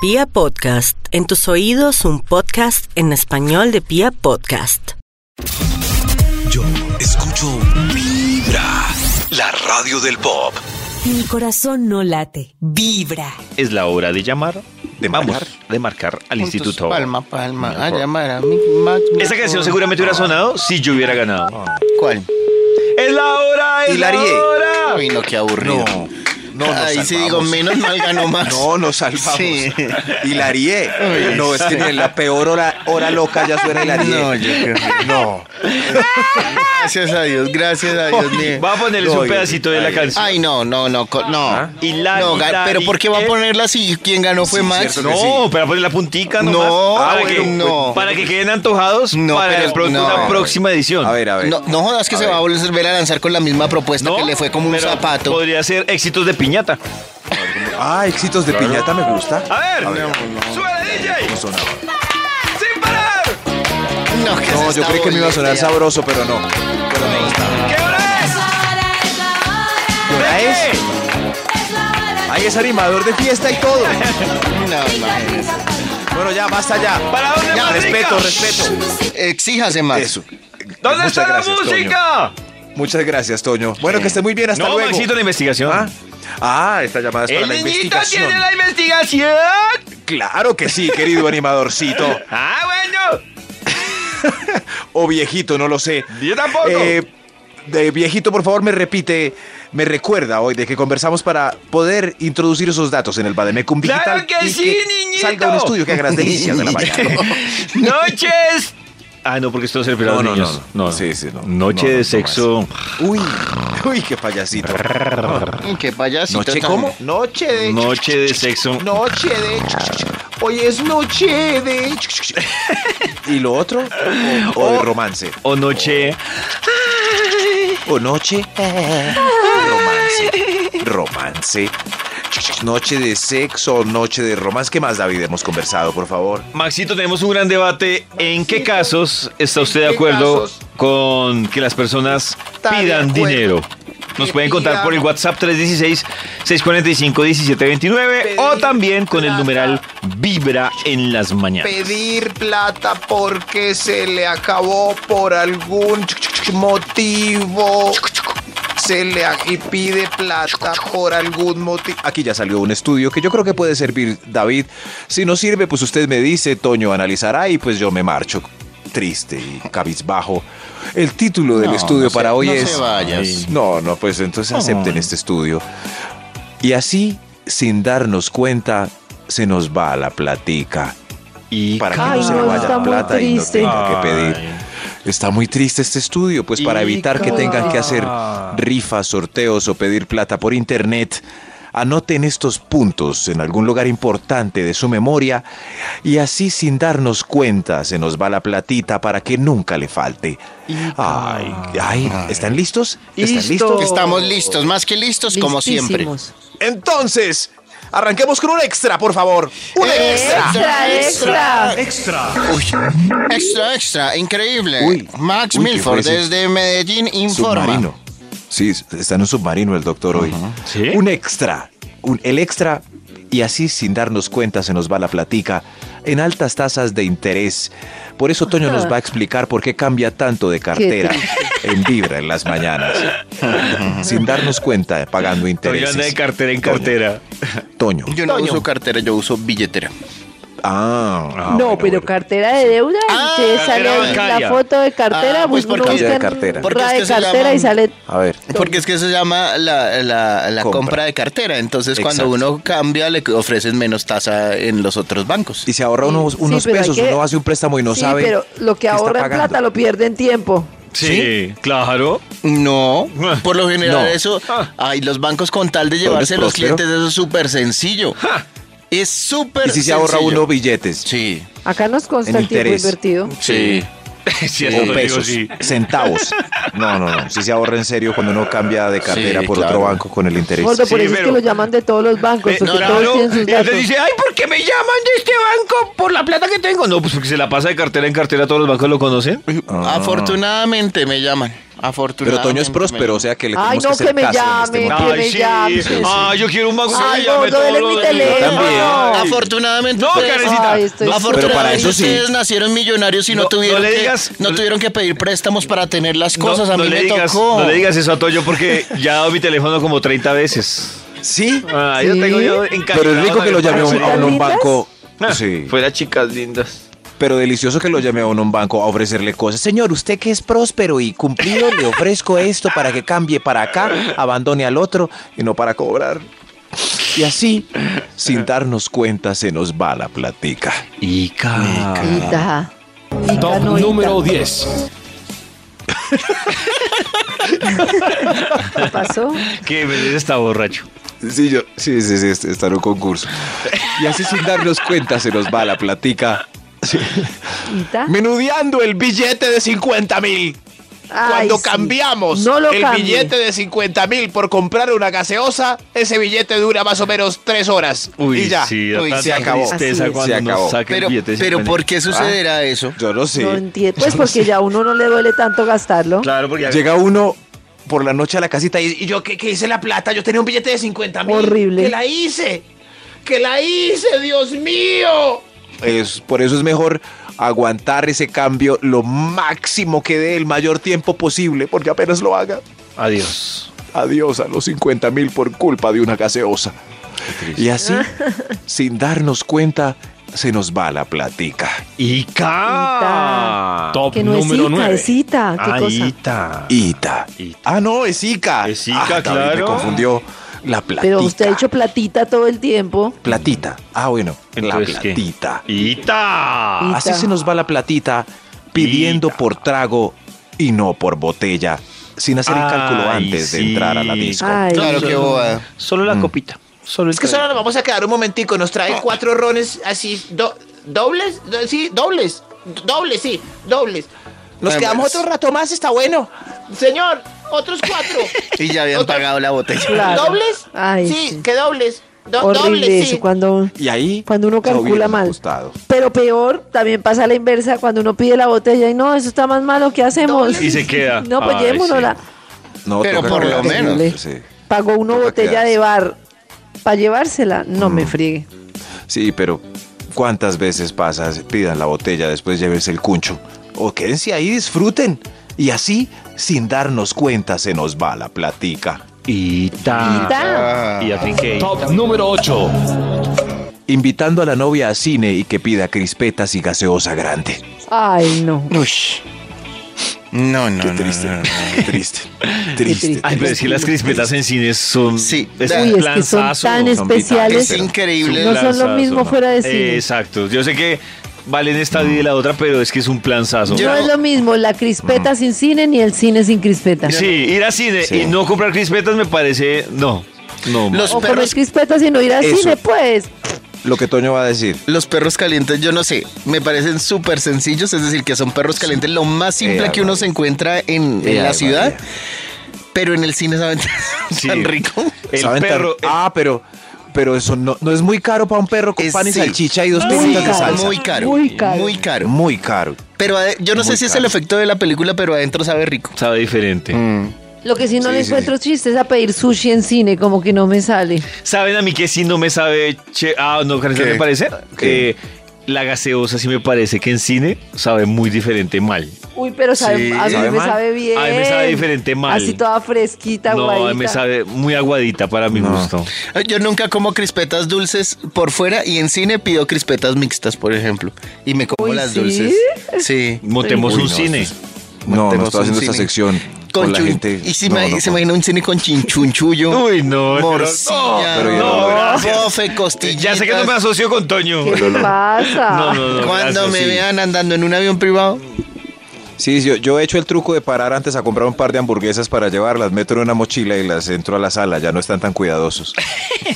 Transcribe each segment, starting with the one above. Pia Podcast, en tus oídos un podcast en español de Pia Podcast. Yo escucho Vibra, la radio del pop. Mi corazón no late, vibra. es la hora de llamar, De vamos, marcar. de marcar al Juntos, instituto. Palma, palma, a Mejor. llamar a mi ma- Esta canción seguramente hubiera sonado si yo hubiera ganado. Ah. ¿Cuál? ¡Es la hora! ¡Es Hilarie. la hora! Ay, no, qué aburrido. No, no, nos Ahí sí digo, salvamos. menos mal ganó más. No, nos salvamos. Sí. Hilarie. Uy, No, es que en la peor hora, hora loca ya suena Hilarie. No, yo creo que- No. Gracias a Dios, gracias a Dios. mire. Va a ponerles No, un pedacito de la canción. Ay, no, no, no, co- no. Ah. Y la- No, ga- y la- pero ¿por qué va y- a ponerla si quien ganó fue Sí, Max? cierto que sí. no, para poner la puntica nomás. No, para, bueno, que, no. para que queden antojados No, para pero- de pronto no. una próxima edición. A ver, a ver. No, no jodas que A se ver. va a volver a lanzar con la misma propuesta que le fue como un pero zapato. Podría ser éxitos de piñata. Ah, éxitos de piñata me gusta. A ver, súbele, DJ. No sonaba. ¡Sin parar! No, que No, es yo esta creí que me iba a sonar boleta. sabroso, pero no. Pero no está. ¿Qué hora es? ¿Qué hora ¿De es? Ahí es animador de fiesta y todo. No, imagínese. Bueno, ya, basta ya. qué? ¿Para dónde Ya, más Respeto, rica? respeto. Exíjase más. Eso. ¿Dónde Muchas está gracias, la Toño. música? Muchas gracias, Toño. Bueno, que esté muy bien. Hasta no, luego. Maxito, la investigación. Ah, ah, esta llamada es para ¡El la niñito investigación. tiene la investigación! Claro que sí, querido animadorcito. ¡Ah, bueno! O viejito, no lo sé. Yo tampoco. Eh, de viejito, por favor, me repite, me recuerda hoy de que conversamos para poder introducir esos datos en el Bademecum Digital. ¡Claro que y sí, niñito! Salga un estudio que haga las delicias de la mañana. ¡Noches! Ah, no, porque esto se refiere a los No, no, niños. no, no. Sí, sí, no. Noche No, no, de no sexo. Uy, uy, qué payasito. Qué payasito. Noche, tan- ¿cómo? Noche de... Noche de sexo. Noche de... Hoy es noche de... ¿Y lo otro? O, o de romance. O noche. o noche. Romance. Romance. Noche de sexo, noche de romance. ¿Qué más, David, hemos conversado, por favor? Maxito, tenemos un gran debate. ¿En qué casos está usted de qué acuerdo casos? con que las personas Está de pidan acuerdo. Eh, dinero? Nos Que pueden contar por el pidan. WhatsApp 316-645-1729 o Pedir también con el plata. numeral Vibra en las mañanas. pedir plata porque se le acabó por algún motivo. Se le a- y pide plata por algún motivo. Aquí ya salió un estudio que yo creo que puede servir, David. Si no sirve, pues usted me dice, Toño analizará y pues yo me marcho triste y cabizbajo. El título del No, estudio no se- para hoy no es... se vayas. No, no, pues entonces acepten Ay. este estudio. Y así, sin darnos cuenta, se nos va la platica. Y para que Ay, no se le no, vaya está la muy plata y no triste. tenga que pedir. Ay. Está muy triste este estudio, pues para evitar que tengan que hacer rifas, sorteos o pedir plata por internet, anoten estos puntos en algún lugar importante de su memoria y así sin darnos cuenta se nos va la platita para que nunca le falte. Ay, ay, ¿están listos? ¿Están listos? Estamos listos, más que listos, como siempre. Entonces, arranquemos con un extra, por favor. Un ¿Eh? extra. extra. Uy, extra, extra, increíble. Uy, Max uy, ¿qué Milford, fue ese? desde Medellín, informa. Submarino. Sí, está en un submarino el doctor hoy. ¿Sí? Un extra. Un, el extra. Y así, sin darnos cuenta, se nos va la platica en altas tasas de interés. Por eso Toño nos va a explicar por qué cambia tanto de cartera en Vibra en las mañanas. sin darnos cuenta, pagando Toño intereses. anda de cartera en cartera. Toño. Yo no Toño. uso cartera, yo uso billetera. Ah, ah, no, bueno, pero bueno. cartera de deuda, Ah, que cartera sale bancaria. la foto de cartera, Ah, pues pues, uno porque- busca de cartera. Porque ra es de que se cartera llaman- y sale A ver. Porque es que se llama la, la- la Compra. compra. de cartera. Entonces, cuando Exacto. uno cambia, le ofrecen menos tasa en los otros bancos. Y se ahorra Sí, unos, sí, unos pero hay pesos, que- uno hace un préstamo y no sí, sabe. pero lo qué que está ahorra en pagando. plata lo pierde en tiempo. Sí, claro. No, Ah. por lo general No. eso, Ah. ay, los bancos con tal de Todo es llevarse los próspero. clientes, eso es súper sencillo. Es súper Y si se ahorra sencillo. uno billetes. Sí, Acá nos En consta el tiempo interés. invertido. sí. Sí, o pesos, centavos. No, no, no. Si se ahorra en serio cuando uno cambia de cartera Sí, por claro. otro banco con el interés. Gordo, Sí, por eso es pero- que lo llaman de todos los bancos, Eh, porque no, todos claro. tienen sus Y usted datos. dice, ay, ¿por qué me llaman de este banco por la plata que tengo? No, pues porque se la pasa de cartera en cartera, todos los bancos lo conocen. Ah. Afortunadamente me llaman. Pero Afortunadamente. Toño es próspero, o sea que le tenemos Ay, no, que hacer que me caso en llame, este que momento. me llame. Ay, yo quiero un mago que Ay, me llame gordo, todos dele mi los días. teléfono. también. Ay. Afortunadamente. No, ustedes- Karencita. Ay, No, estoy- Pero afortunadamente para eso sí. ustedes nacieron millonarios y no, No, tuvieron no le que, digas- no no- tuvieron que pedir préstamos para tener las cosas. no, a mí no le me digas, tocó. No le digas eso a Toño porque ya ha dado mi teléfono como 30 veces. Sí, Ah, yo Sí. tengo yo pero es rico que lo llame a un, a ¿Están un lindas? banco. Sí, Fuera chicas lindas. pero delicioso que lo llame a uno a un banco a ofrecerle cosas. Señor, usted que es próspero y cumplido, le ofrezco esto para que cambie para acá, abandone al otro y no para cobrar. Y así, sin darnos cuenta, se nos va la platica. Ah. Ita. Top no, Ita. número 10. ¿Qué pasó? Que Menezes está borracho. Sí, yo, sí, sí, sí, este- está en un concurso. Y así sin darnos cuenta se nos va la platica. Sí. Ita. Menudeando el billete de 50 mil. Cuando Ay, sí. cambiamos No lo el cambie. billete de 50 mil por comprar una gaseosa, ese billete dura más o menos tres horas. y ya. Uy, se acabó. tristeza Así es. cuando nos saca Pero, pero ¿por Ah. qué sucederá eso? Yo no sé. No entiendo. Pues porque ya a uno no le duele tanto gastarlo. Claro, porque Llega uno por la noche a la casita y ¿Y yo qué, qué hice la plata? Yo tenía un billete de 50 mil. Horrible. Que la hice. Que la hice, Dios mío. es, por eso es mejor aguantar ese cambio lo máximo que dé el mayor tiempo posible, porque apenas lo haga, Adiós. adiós a los 50 mil por culpa de una gaseosa. Y así, sin darnos cuenta, se nos va la platica. Ah. Ica. Top Que no es número Ita, 9. es Ita. ¿Qué cosa? Ah, Ita. Ita. Ita. Ah, no, es Ica. Es Ica, Ah, David, Me claro. confundió la platica. Pero usted ha hecho platita todo el tiempo. platita. Ah, bueno, Entonces, la ¿qué? platita. Ita. Ah, Así Ita. se nos va la platita pidiendo Ita. por trago y no por botella, sin hacer el Ay, cálculo antes de sí. entrar a la disco. Ay, Claro, Dios. qué bobada. Solo la copita. Solo el Es que solo nos vamos a quedar un momentico. Nos trae cuatro rones así. do- ¿Dobles? Do- sí, dobles. D- Dobles, sí, dobles. Nos Ay, quedamos pues. otro rato más, está bueno. Señor, otros cuatro. Y ya habían Otra- pagado la botella. Claro. ¿Dobles? Ay, sí, sí. que dobles. Do- Horrible dobles, eso sí. cuando, Y ahí cuando uno ya calcula hubiéramos mal. Costado. Pero peor, también pasa la inversa, cuando uno pide la botella y no, eso está más malo, ¿qué hacemos? Y se queda. No, pues Ay, llevémonosla. No, Pero toca por lo quedarse. menos. Sí. Pagó una Toca botella quedarse. de bar para llevársela. No me friegue. Sí, pero ¿cuántas veces pasas? Pidan la botella, después llévense el cuncho. O quédense ahí, disfruten. Y así, sin darnos cuenta, se nos va la platica. Ita. Ita. Ah. Y a Piqué. Top número 8. Invitando a la novia a cine y que pida crispetas y gaseosa grande. Ay, no. Ush. No, no, Qué no, triste, no, no. qué triste, triste. Ay, pero es que las crispetas en cines son. Sí. es Uy, un es que son planazo. tan Son especiales. Es vitales, increíble. No son lo Lanzazo, mismo no. fuera de cine. Exacto. Yo sé que valen esta vida y la otra, pero es que es un planzazo. Yo- No es lo mismo la crispeta sin cine ni el cine sin crispeta. Sí, ir a cine Sí. y no comprar crispetas me parece. No. No. Los O comer perros, crispetas y no ir al Eso. cine, pues. Lo que Toño va a decir. los perros calientes, yo no sé, me parecen súper sencillos, es decir, que son perros calientes, lo más simple Ea, que uno María. se encuentra en, en Ea, la María. ciudad, pero en el cine saben tan, Sí. tan rico. El ¿Saben tan- perro. Ah, pero, pero eso no, no es muy caro para un perro con Es- pan y sí. salchicha y dos Muy pepitas de caro, salsa. Muy caro, Muy caro. muy caro. Muy caro. Pero ade- yo no sé Muy si es caro. el efecto de la película, pero adentro sabe rico. Sabe diferente. Mm. Lo que sí no Sí, le sí, encuentro chiste es a pedir sushi en cine, como que no me sale. ¿Saben a mí que sí no me sabe? Che... Ah, no, ¿qué ¿Qué? me parece? ¿Qué? Eh, la gaseosa sí me parece que en cine sabe muy diferente mal. Uy, pero sabe, Sí. a mí ¿Sabe me mal? sabe bien. A mí me sabe diferente mal. Así toda fresquita, no, guayita. me sabe muy aguadita para mi No. gusto. Eh, Yo nunca como crispetas dulces por fuera y en cine pido crispetas mixtas, por ejemplo, y me como Uy, las ¿sí? dulces. Sí. Montemos Uy, un no, cine. eso No, no Montemos está un haciendo esta cine. sección con, Con la chun- gente. Y se, No, ima- no, se imagina un cine con chinchunchullo. Uy, no, pero- morcilla, no, pero ya no, gracias. bofe, costillitas. Ya sé que no me asocio con Toño. ¿Qué le pasa? No, no, no. Cuando gracias, me sí. vean andando en un avión privado, Sí, yo, yo he hecho el truco de parar antes a comprar un par de hamburguesas para llevarlas, meto en una mochila y las entro a la sala, ya no están tan cuidadosos.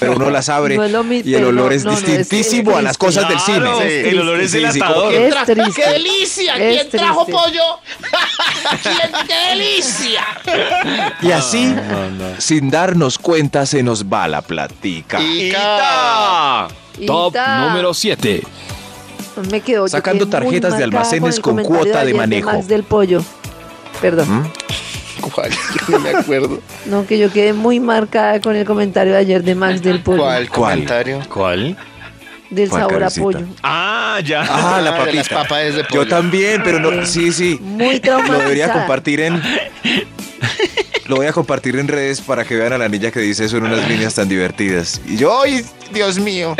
Pero uno las abre No es lo mismo, y el pero olor no, es no, no, es- distintísimo es a las triste. cosas del cine. Claro, Sí. El olor es Sí, sí, sí, delatador. como- Es triste. ¡Qué delicia! Es ¿Quién trajo triste. pollo? ¿Quién- ¡Qué delicia! Y así, sin darnos cuenta, se nos va la platica. Ita. Top Ita, número 7. Me quedo, yo Sacando quedé muy tarjetas de marcada almacenes el con comentario cuota de ayer manejo. Max del pollo. Perdón. ¿Cuál? Yo no me acuerdo. No, que yo quedé muy marcada con el comentario de ayer de Max del pollo. ¿Cuál comentario? ¿Cuál? Del ¿Cuál, sabor Karencita? a pollo. Ah, ya. Ah, la Ah, de las papita. papas de Yo pollo. también, pero no. Sí, sí. Muy Lo debería traumatizada. compartir en. Lo voy a compartir en redes para que vean a la niña que dice eso en unas líneas tan divertidas. Y yo, ¡ay! Dios mío.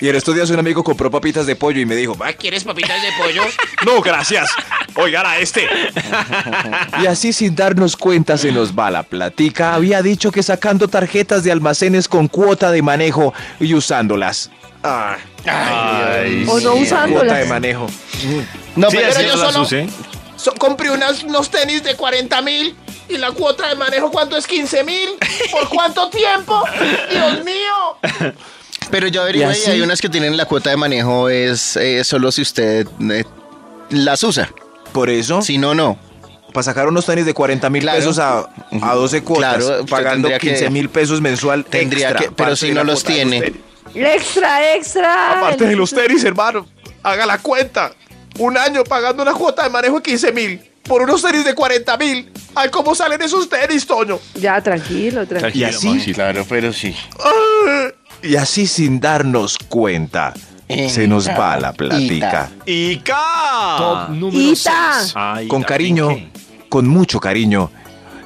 Y en estos días un amigo compró papitas de pollo y me dijo, "Ay, ¿Quieres papitas de pollo? No, gracias. Oigan a este. Y así sin darnos cuenta se nos va la platica. Había dicho que sacando tarjetas de almacenes con cuota de manejo y usándolas. Ah, Ay, O no sí, Cuota de usándolas. manejo. No, sí, pero así yo no las solo- usé. So- compré unas- unos tenis de 40 mil y la cuota de manejo, ¿cuánto es? 15 mil. ¿Por cuánto tiempo? Dios mío. Pero yo averigué Y así- y hay unas que tienen la cuota de manejo es eh, solo si usted eh, las usa. Por eso, Si no, no. para sacar unos tenis de 40 mil Claro. pesos a, a 12 cuotas, Claro, usted pagando tendría que- 15 mil pesos mensual, Tendría extra, que- pero aparte si de no la los cuota de tiene. tenis. Extra, extra. Aparte El- de los tenis, hermano, haga la cuenta. Un año pagando una cuota de manejo de 15 mil por unos tenis de 40 mil. Ay, cómo salen esos tenis, Toño. Ya, tranquilo, tranquilo. Y así, Claro, pero sí. y así sin darnos cuenta se nos va la platica. Ica. Top número Ita. 6. Ay, con Ita, cariño, ¿en qué? con mucho cariño.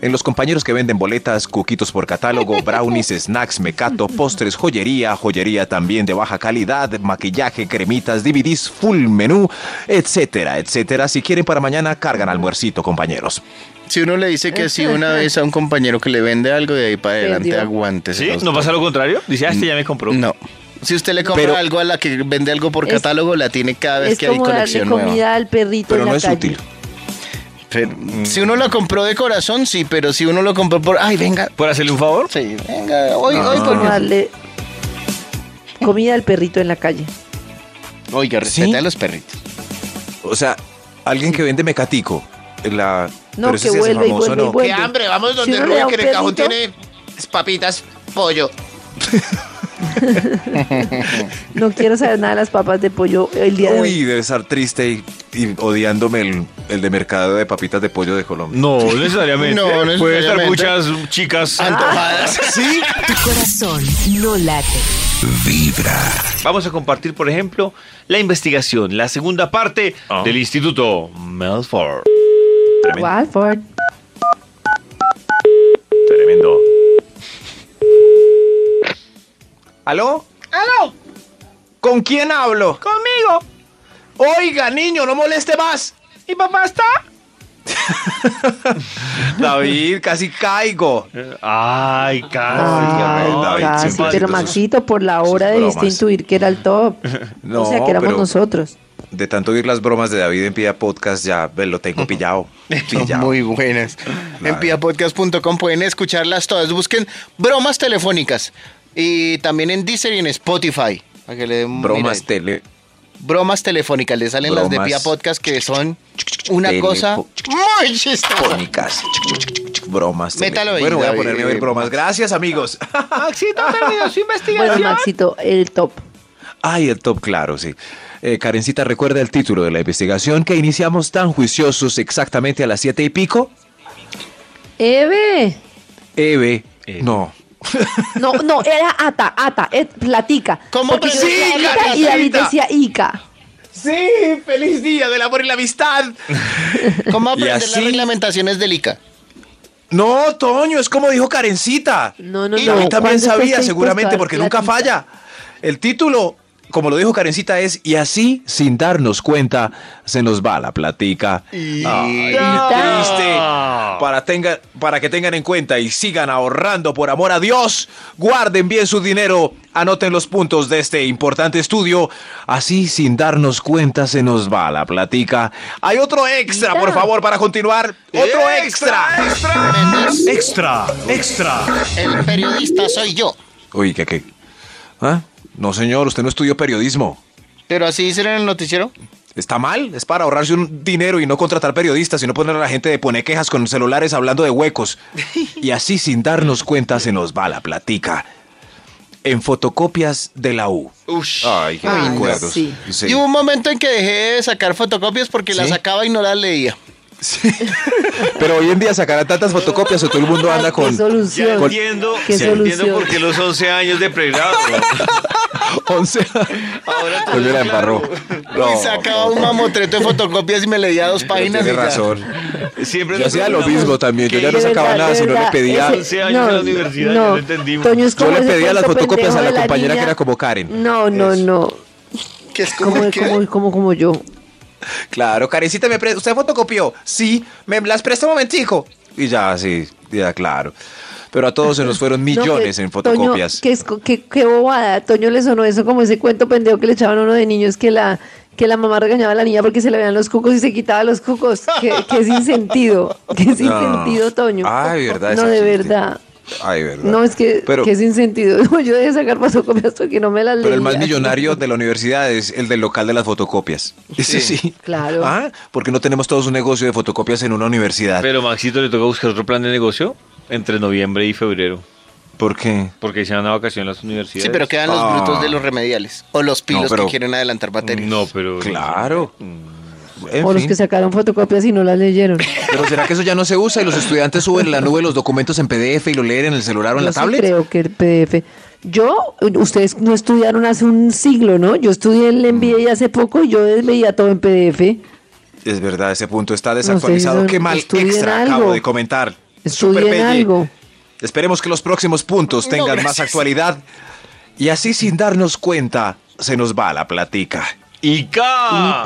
En los compañeros que venden boletas, cuquitos por catálogo, brownies, snacks, mecato, postres, joyería, joyería también de baja calidad, maquillaje, cremitas, DVDs, full menú, etcétera, etcétera. Si quieren para mañana, cargan almuercito, compañeros. Si uno le dice que sí una vez a un compañero que le vende algo, de ahí para adelante Perdió. aguante. ¿Sí? ¿No pasa lo contrario? Dice, ah, este ya me compró. No. Si usted le compra Pero- algo a la que vende algo por Es- catálogo, la tiene cada vez Es que hay como darle colección comida nueva. al perrito Pero en la no es calle. útil. Pero, si uno lo compró de corazón, sí, pero si uno lo compró por, ay, venga, ¿Por hacerle un favor? sí, venga, hoy, Es hoy, como Ah. porque- darle comida al perrito en la calle. Oiga, respete ¿Sí? a los perritos. O sea, alguien que vende mecatico, la... No, pero ese que sí es vuelve y famoso, vuelve y ¿no? vuelve. Qué hambre, vamos Pues, Si donde uno le Rubén, da un que en el cajón perrito- tiene papitas, pollo. No quiero saber nada de las papas de pollo el día de hoy. Uy, debe estar triste y, y odiándome el, el de mercado de papitas de pollo de Colombia. No, no necesariamente. No, no Puede estar necesariamente. Ah, muchas chicas. Antojadas. Sí. Tu corazón no late. Vamos a compartir, por ejemplo, la investigación, la segunda parte Ah. del Instituto Melford. Walford. Tremendo. ¿Aló? ¡Aló! ¿Con quién hablo? ¡Conmigo! Oiga, niño, no moleste más. ¿Mi papá está? David, casi caigo. Eh, Ay, Ah, Ay, casi. David, casi, siempre pero sus- Maxito, por la hora sus debiste bromas. intuir que era el top. No, o sea, que éramos pero- nosotros. De tanto oír las bromas de David en Pía Podcast, ya ve, lo tengo pillado. Son pillado. muy buenas. En piapodcast.com pueden escucharlas todas. Busquen bromas telefónicas. Y también en Deezer y en Spotify. Para que le den- Bromas mira, tele. bromas telefónicas. Le salen las de Bromas. Pia Podcast que son una Telefo- cosa muy chistosa. Fónicas. Chuc, chuc, chuc, chuc, Bromas. tele. Métalo ahí, Bueno, voy a David. ponerme a ver bromas. Gracias, amigos. Bueno, Maxito, el top. Ay, el top claro, sí. Eh, Karencita recuerda el título de la investigación que iniciamos tan juiciosos exactamente a las siete y pico. Eve. Eve. Eve. No. No, no, era Ata, Ata, eh, platica. ¿Cómo Porque yo sí, decía Ita y Karencita? David decía Ica. Sí, feliz día del amor y la amistad. ¿Cómo Y aprender así- las reglamentaciones del ICA? No, Toño, es como dijo Karencita. No, no, y no. David también ¿Cuándo estás sabía, dispuesto a seguramente, dar porque nunca platita? falla. El título, como lo dijo Karencita, es Y así, sin darnos cuenta, se nos va la platica. Ay, triste. Para, tenga- para que tengan en cuenta y sigan ahorrando por amor a Dios, guarden bien su dinero, anoten los puntos de este importante estudio. Así, sin darnos cuenta, se nos va la platica. Hay otro extra, por favor, para continuar. Otro extra. Extra, extra. El periodista soy yo. Uy, ¿qué qué? ¿Ah? No, señor, usted no estudió periodismo. Pero así dicen en el noticiero. Está mal, es para ahorrarse un dinero y no contratar periodistas, sino poner a la gente de poner quejas con celulares hablando de huecos. Y así sin darnos cuenta se nos va la platica. En fotocopias de la U. Ay, qué Ay, recuerdos. sí. Sí. Y hubo un momento en que dejé de sacar fotocopias porque las sacaba y no las leía. Sí. Pero hoy en día sacarán tantas fotocopias o todo el mundo anda Ay, con qué solución. Ya entiendo, Qué ya entiendo solución. por qué los 11 años de pregrado. 11. Ahora todo Pues me la es embarró. claro. No, y sacaba no, un mamotreto de fotocopias y me leía dos páginas. Tiene y ya. razón. Siempre Yo nos hacía lo preguntamos, mismo también, yo ¿qué ya no De hizo? sacaba verdad, nada, de sino le verdad, pedía- eso- 11 años en la universidad, ya lo entendimos. Toño es Yo como le ese pedía las cuento fotocopias a pendejo la de compañera que niña. era como Karen. No, no, no. Que es como, Como, que- como, como, como yo. Claro, Karencita, me pre- ¿usted fotocopió? Sí, me las presta un momentico. Y ya, sí, ya, claro. Pero a todos se nos fueron No, que- millones en fotocopias. Toño, que, es, co- que, que bobada. Toño le sonó eso como ese cuento pendejo que le echaban a uno de niños que la, que la mamá regañaba a la niña porque se le veían los cucos y se quitaba los cucos. que, que sin sentido. Que sin No. sentido, Toño. Ah. Ay, verdad, No, esa de chiste. verdad. Ay, verdad. No, es que, Pero, que sin sentido. Yo dejé sacar fotocopias porque no me las pero el más leía. millonario de la universidad es el del local de las fotocopias. Sí, sí. Claro. Ah, porque no tenemos todos un negocio de fotocopias en una universidad. Pero Maxito le toca buscar otro plan de negocio entre noviembre y febrero. ¿Por qué? Porque se van a vacaciones las universidades. Sí, pero quedan los Ah. brutos de los remediales. O los pilos No, pero- que quieren adelantar baterías. No, pero. Claro. En O los fin. que sacaron fotocopias y no las leyeron. Pero ¿será que eso ya no se usa y los estudiantes suben a la nube los documentos en PDF y lo leen en el celular o en Yo la sí tablet? creo que el PDF. Yo, ustedes no estudiaron hace un siglo, ¿no? Yo estudié el Mm. MBA hace poco y yo veía todo en PDF. Es verdad, ese punto está desactualizado. No sé, Qué mal estudien extra algo. acabo de comentar. Estudien Superpelle. algo. Esperemos que los próximos puntos tengan más actualidad. Y así sin darnos cuenta, se nos va la platica. ¡Ica! Ah.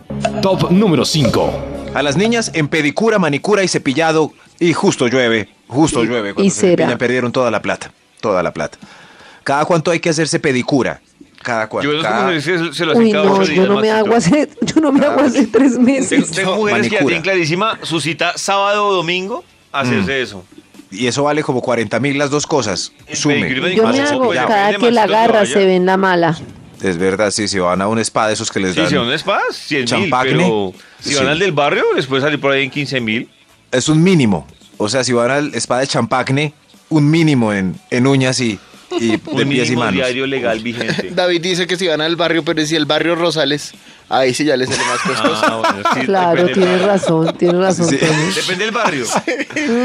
Ta. Top número 5. A las niñas en pedicura, manicura y cepillado. Y justo llueve, justo Y- llueve. y Cuando se será. cepillan, perdieron toda la plata, toda la plata. ¿Cada cuánto hay que hacerse pedicura? Cada Yo cuánto. conozco mujeres que se- se lo hacen Uy, cada no, ocho días, yo no me Maxito. hago hace, yo no me hago hace tres Tengo, meses. tengo mujeres que ya Manicura. Mm. tienen clarísima su cita sábado o domingo hacerse eso. Y eso vale como 40 mil las dos cosas. En pedicura y Sume. manicura. Yo me Más hago cepillado. cada que la agarra se ven la mala. Es verdad, sí, si van a un spa de esos que les Sí, dan. si van a spa, 100 mil, Champacne. pero si van Sí. al del barrio, les puede salir por ahí en 15 mil. Es un mínimo. O sea, si van al spa de champacne, un mínimo en, en uñas y, y de Un pies y mínimo manos. diario legal vigente. David dice que si van al barrio, pero si el barrio Rosales, ahí sí ya les sale más costoso. Ah, bueno, sí, Claro, depende tiene del- razón, tiene razón. Sí. Toño. Depende del barrio.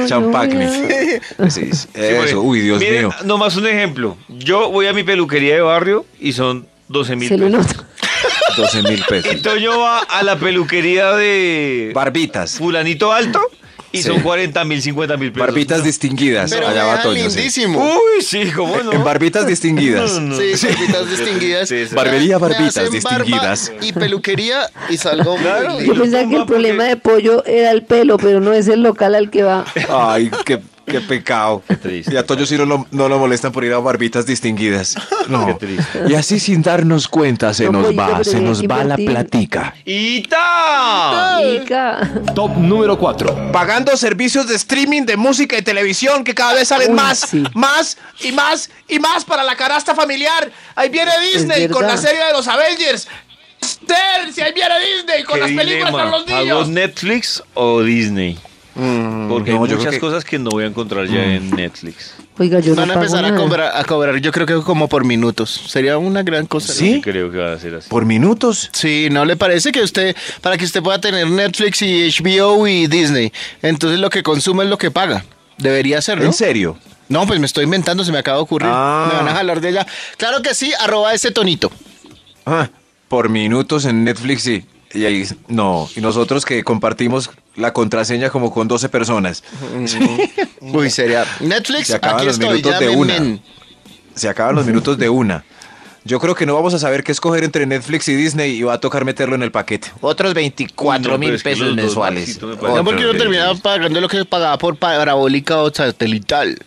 Champacne. Sí, sí, Sí, porque, eso, uy, Dios miren, mío. Nomás un ejemplo. Yo voy a mi peluquería de barrio y son 12 mil Se le pesos. nota. 12 mil pesos. Toño va a la peluquería de Barbitas. fulanito alto y Sí. son 40 mil, 50 mil pesos. Barbitas distinguidas. pero Allá me va dejan Toño, sí. Uh, lindísimo. Uy, sí, cómo no. En barbitas distinguidas. Sí, barbitas distinguidas. Sí, sí. Barbería, Me barbitas hacen barba distinguidas. y peluquería y salgo muy Claro. lindo. Yo pensaba que el problema de pollo era el pelo, pero no es el local al que va. Ay, qué, qué pecado. triste. y a Toño sí no lo, no lo molestan por ir a barbitas distinguidas. No. Qué triste. Y así sin darnos cuenta se No, nos pollito, va, pero se hay nos que va la invertir. platica. ¡Ita! Marica. Top número 4. pagando servicios de streaming de música y televisión que cada vez salen Uy, más, sí. más y más y más para la canasta familiar. Ahí viene Disney con verdad. la serie de los Avengers. Si ahí viene Disney con Qué las películas dilema. para los ¿Hago niños. Netflix o Disney? Porque Mm. no, hay yo muchas creo que- Mm. cosas que no voy a encontrar ya en Netflix. Oiga, yo no Van a pago empezar a nada. cobrar, a cobrar, yo creo que como por minutos. Sería una gran cosa. ¿Sí? Creo que va a ser así. Por minutos. Sí, ¿no le parece que usted, para que usted pueda tener Netflix y HBO y Disney, entonces lo que consume es lo que paga? Debería ser, ¿no? ¿En serio? No, pues me estoy inventando, se me acaba de ocurrir. Ah. Me van a jalar de allá. Claro que sí, arroba ese tonito. Ah, por minutos en Netflix sí. Y ahí, no, y nosotros que compartimos la contraseña como con 12 personas. Mm. Uy, sería. Netflix, Se acaban aquí los estoy, minutos ya de men, una. men. Se acaban los minutos de una. Yo creo que no vamos a saber qué escoger entre Netflix y Disney y va a tocar meterlo en el paquete. Otros 24 No, pero es que los dos, Maxito, me parece No, porque uno horrible. terminaba pagando lo que pagaba por parabólica o satelital.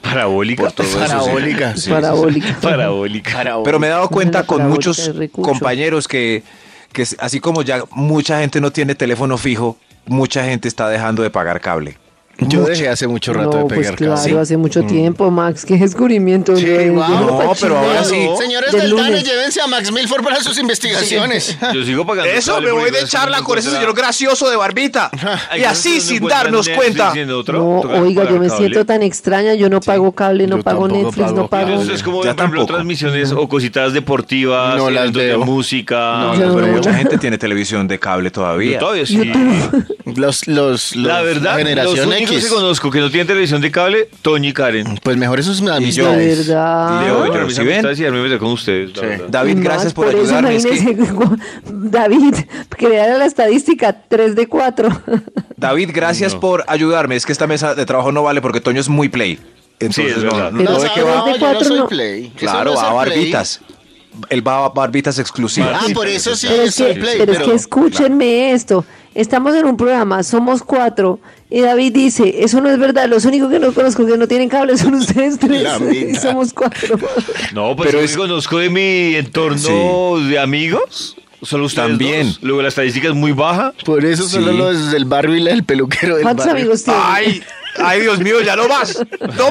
Parabólica. Por todo eso, sí. Parabólica. Sí, sí, sí. Parabólica. Parabólica. Pero me he dado cuenta Una con parabólica muchos de recucho. compañeros que, que s- así como ya mucha gente no tiene teléfono fijo, mucha gente está dejando de pagar cable. Yo dejé hace mucho rato no, de pues pegar claro, casi. Mm. hace mucho tiempo, Max. Qué descubrimiento. Sí, güey. guau. Déjalo pa' No, pero ahora sí. chingar. Señores Del del DANE, lunes. llévense a Max Milford para sus investigaciones. Yo sigo pagando. Eso, cable me por voy ir a de ver si charla me con ese encuentra- señor gracioso de barbita. Ay, Y yo no así, sé dónde sin encuentran darnos Netflix, cuenta. diciendo otro, No, toca oiga, yo pagar me cable. siento tan extraña. Yo no pago cable, no yo pago tampoco Netflix, no pago pago. cable. Entonces es como, Ya por ejemplo, tampoco. transmisiones o cositas deportivas, No las eventos de veo. música. No las Pero veo. mucha gente tiene televisión de cable Yo todavía. todavía sí. Los, los, los, La verdad, los generación únicos X. que conozco que no tienen televisión de cable, Toño y Karen. Pues mejor esos De amistades. verdad. Leo, Pero Pero mis si ven- amistades y a mí me meter con ustedes. la Sí. verdad. David, Max, gracias por, eso ayudarme. Es que- imagínese, David, crear la estadística 3 de 4. David, gracias por ayudarme. Es que esta mesa de trabajo no vale porque Toño es muy play. Entonces, es no, verdad. no, Pero no es ve que que va. de yo no cuatro soy no- play. Eso Claro, no es va a el play. Barbitas. Él va a Barbitas exclusivas. Ah, por eso sí pero es es el que, play. pero es que escúchenme esto. Estamos en un programa, somos cuatro, y David dice, eso no es verdad, los únicos que no conozco que no tienen cable son ustedes tres, La y mitad. somos cuatro. No, pues Pero yo es- que conozco de mi entorno de amigos. Solo ustedes También. dos. Luego la estadística es muy baja. Por eso solo Sí. los del barrio y la del peluquero del ¿Cuántos barrio. amigos tienen? Ay, ay, Dios mío, ya no más. No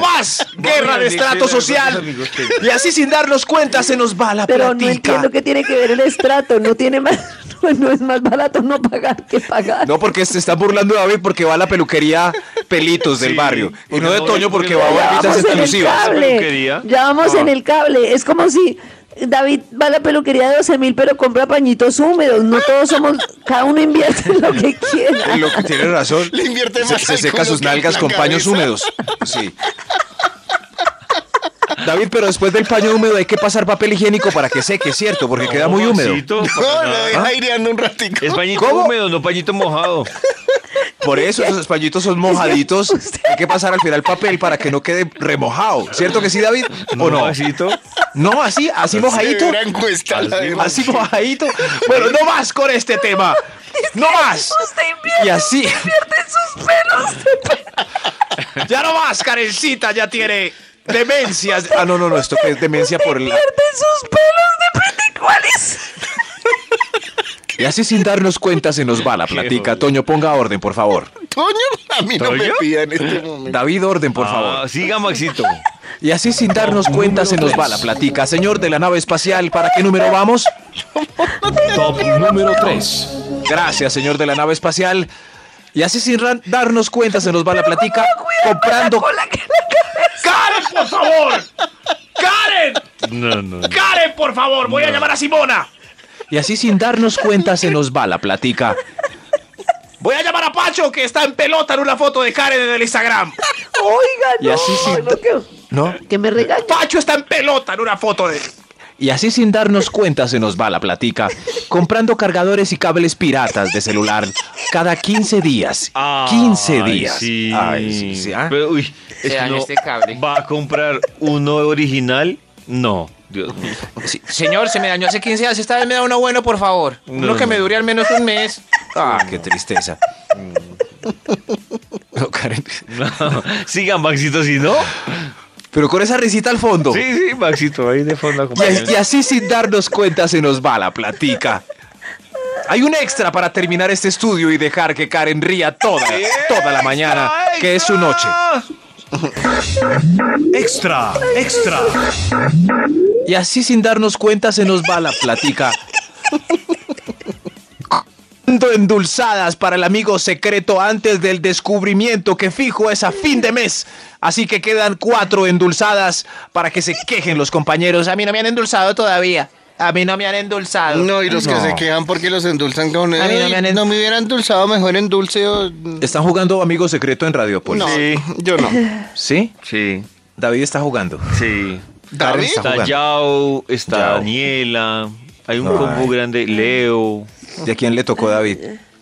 más. Guerra de Oigan, estrato sí, social. amigos, sí. Y así sin darnos cuenta se nos va la pero no platica. entiendo qué tiene que ver el estrato, no tiene más, no, no es más barato no pagar que pagar. No, porque se está burlando de David porque va a la peluquería Pelitos del Sí, barrio. Y porque no de no- Toño porque porque va a no- Ya Barbitas vamos en el exclusivas. cable. Peluquería. Ya vamos en el cable. Es como si David va a la peluquería de 12 mil, pero compra pañitos húmedos. No todos somos, cada uno invierte en lo que quiera. Eh, Lo que tiene razón. Le invierte se, más se al seca culo sus que a nalgas la con paños cabeza. húmedos. Sí. David, pero después del paño húmedo hay que pasar papel higiénico para que seque, ¿cierto? Porque queda muy húmedo. Pancito, No, para lo nada. deja aireando un ratico. Ah. Es pañito ¿Cómo? húmedo, no pañito mojado. Por eso esos pañitos son mojaditos. Hay que pasar al final papel para que no quede remojado. ¿Cierto que sí, David? ¿O no? Pancito. No, así, así mojadito. Gran cuesta la de Así mojadito. Bueno, no más con este tema. No más. Usted invierte, Y así. invierte en sus pelos. Ya no más, Karencita, ya tiene demencias. Ah, no, no, no, esto que es demencia por el. Invierte en sus pelos de cuáles. Y así sin darnos cuenta se nos va la platica. Toño, ponga orden, por favor. Toño, a mí no me ¿Toño? pidan en este momento. David, orden, por favor. Ah, siga, Maxito. Y así sin darnos cuenta se nos va la platica. Señor de la nave espacial, ¿para qué número vamos? Top número 3. Gracias, señor de la nave espacial. Y así sin ran- darnos cuenta se nos va la platica comprando... ¡Karen, por favor! ¡Karen! No, no. ¡Karen, por favor! Voy a llamar a Simona. Y así sin darnos cuenta se nos va la platica. Voy a llamar a Pacho, que está en pelota en una foto de Karen en el Instagram. Oiga, Y no, así sí. no, que, ¿No? que me regañe. Pacho está en pelota en una foto de... Y así sin darnos cuenta se nos va la platica. Comprando cargadores y cables piratas de celular cada 15 días. 15 Ah, Ay, días. Sí. Ay, sí, sí, ah. Pero, uy, es que dañó uno este cable. ¿Va a comprar uno original? No. Dios mío. Señor, se me dañó hace 15 días. Esta vez me da uno bueno, por favor. Uno No, que me no. dure al menos un mes. Ah, qué tristeza. No, Karen. No. Siga, Maxito, si no. Pero con esa risita al fondo. Sí, sí, Maxito, ahí de fondo Y, acompañando. y así sin darnos cuenta se nos va la platica. Hay un extra para terminar este estudio y dejar que Karen ría toda, toda la mañana, que es su noche. Extra, extra, Y así sin darnos cuenta se nos va la platica. Comprando Endulzadas para el amigo secreto antes del descubrimiento que fijo es a fin de mes. Así que quedan cuatro endulzadas para que se quejen los compañeros. A mí no me han endulzado todavía. A mí no me han endulzado. No, y los que se quejan porque los endulzan con... A mí no me han Ay, en- no me hubiera endulzado, mejor endulce o... Están jugando amigo secreto en Radiopolis. No, Pues Sí. yo no. ¿Sí? Sí, David está jugando. sí. Karen ¿David? está Está jugando. Yao, está Yao. Daniela. Hay un Ay. combo grande. Leo. ¿Y a quién le tocó David?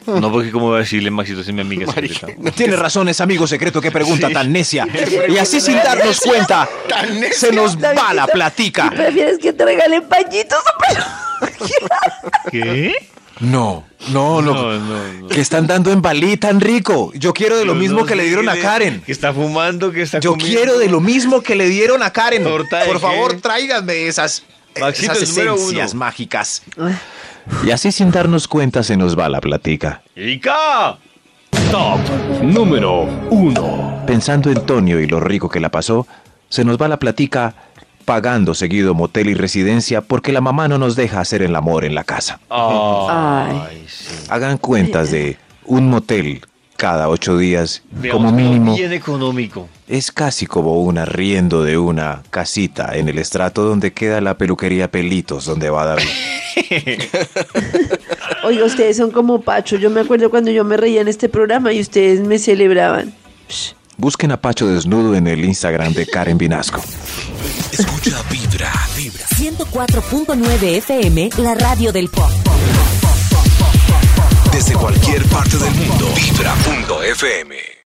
No, porque como va a decirle Maxito si es mi amiga secreta. Tiene razón ese amigo secreto que pregunta tan necia. Y así sin darnos cuenta, Tan necia. se nos David, va la ¿tú- platica. ¿tú prefieres que te regalen pañitos o pelos? ¿Qué? No, no, no. No, pues, no, no. Que están dando en Balí tan rico. Yo quiero de lo Yo mismo no que le sé dieron qué a Karen. Que está fumando, que está Yo comiendo. quiero de lo mismo que le dieron a Karen. ¿Torta de Por qué? favor, tráiganme esas, eh, Maxito, esas el número uno. esencias mágicas. Y así sin darnos cuenta se nos va la platica. ¡Ica! Top número uno. Pensando en Tonio y lo rico que la pasó, se nos va la platica pagando seguido motel y residencia porque la mamá no nos deja hacer el amor en la casa. Ah. Ah. Ay. Hagan cuentas de un motel cada ocho días Veamos, como mínimo. Bien económico. Es casi como un arriendo de una casita en el estrato donde queda la peluquería Pelitos, donde va David. Oiga, ustedes son como Pacho. Yo me acuerdo cuando yo me reía en este programa y ustedes me celebraban. Busquen a Pacho Desnudo en el Instagram de Karen Vinasco. Escucha Vibra. 104.9 FM, la radio del pop. Desde cualquier parte del mundo. Vibra.fm.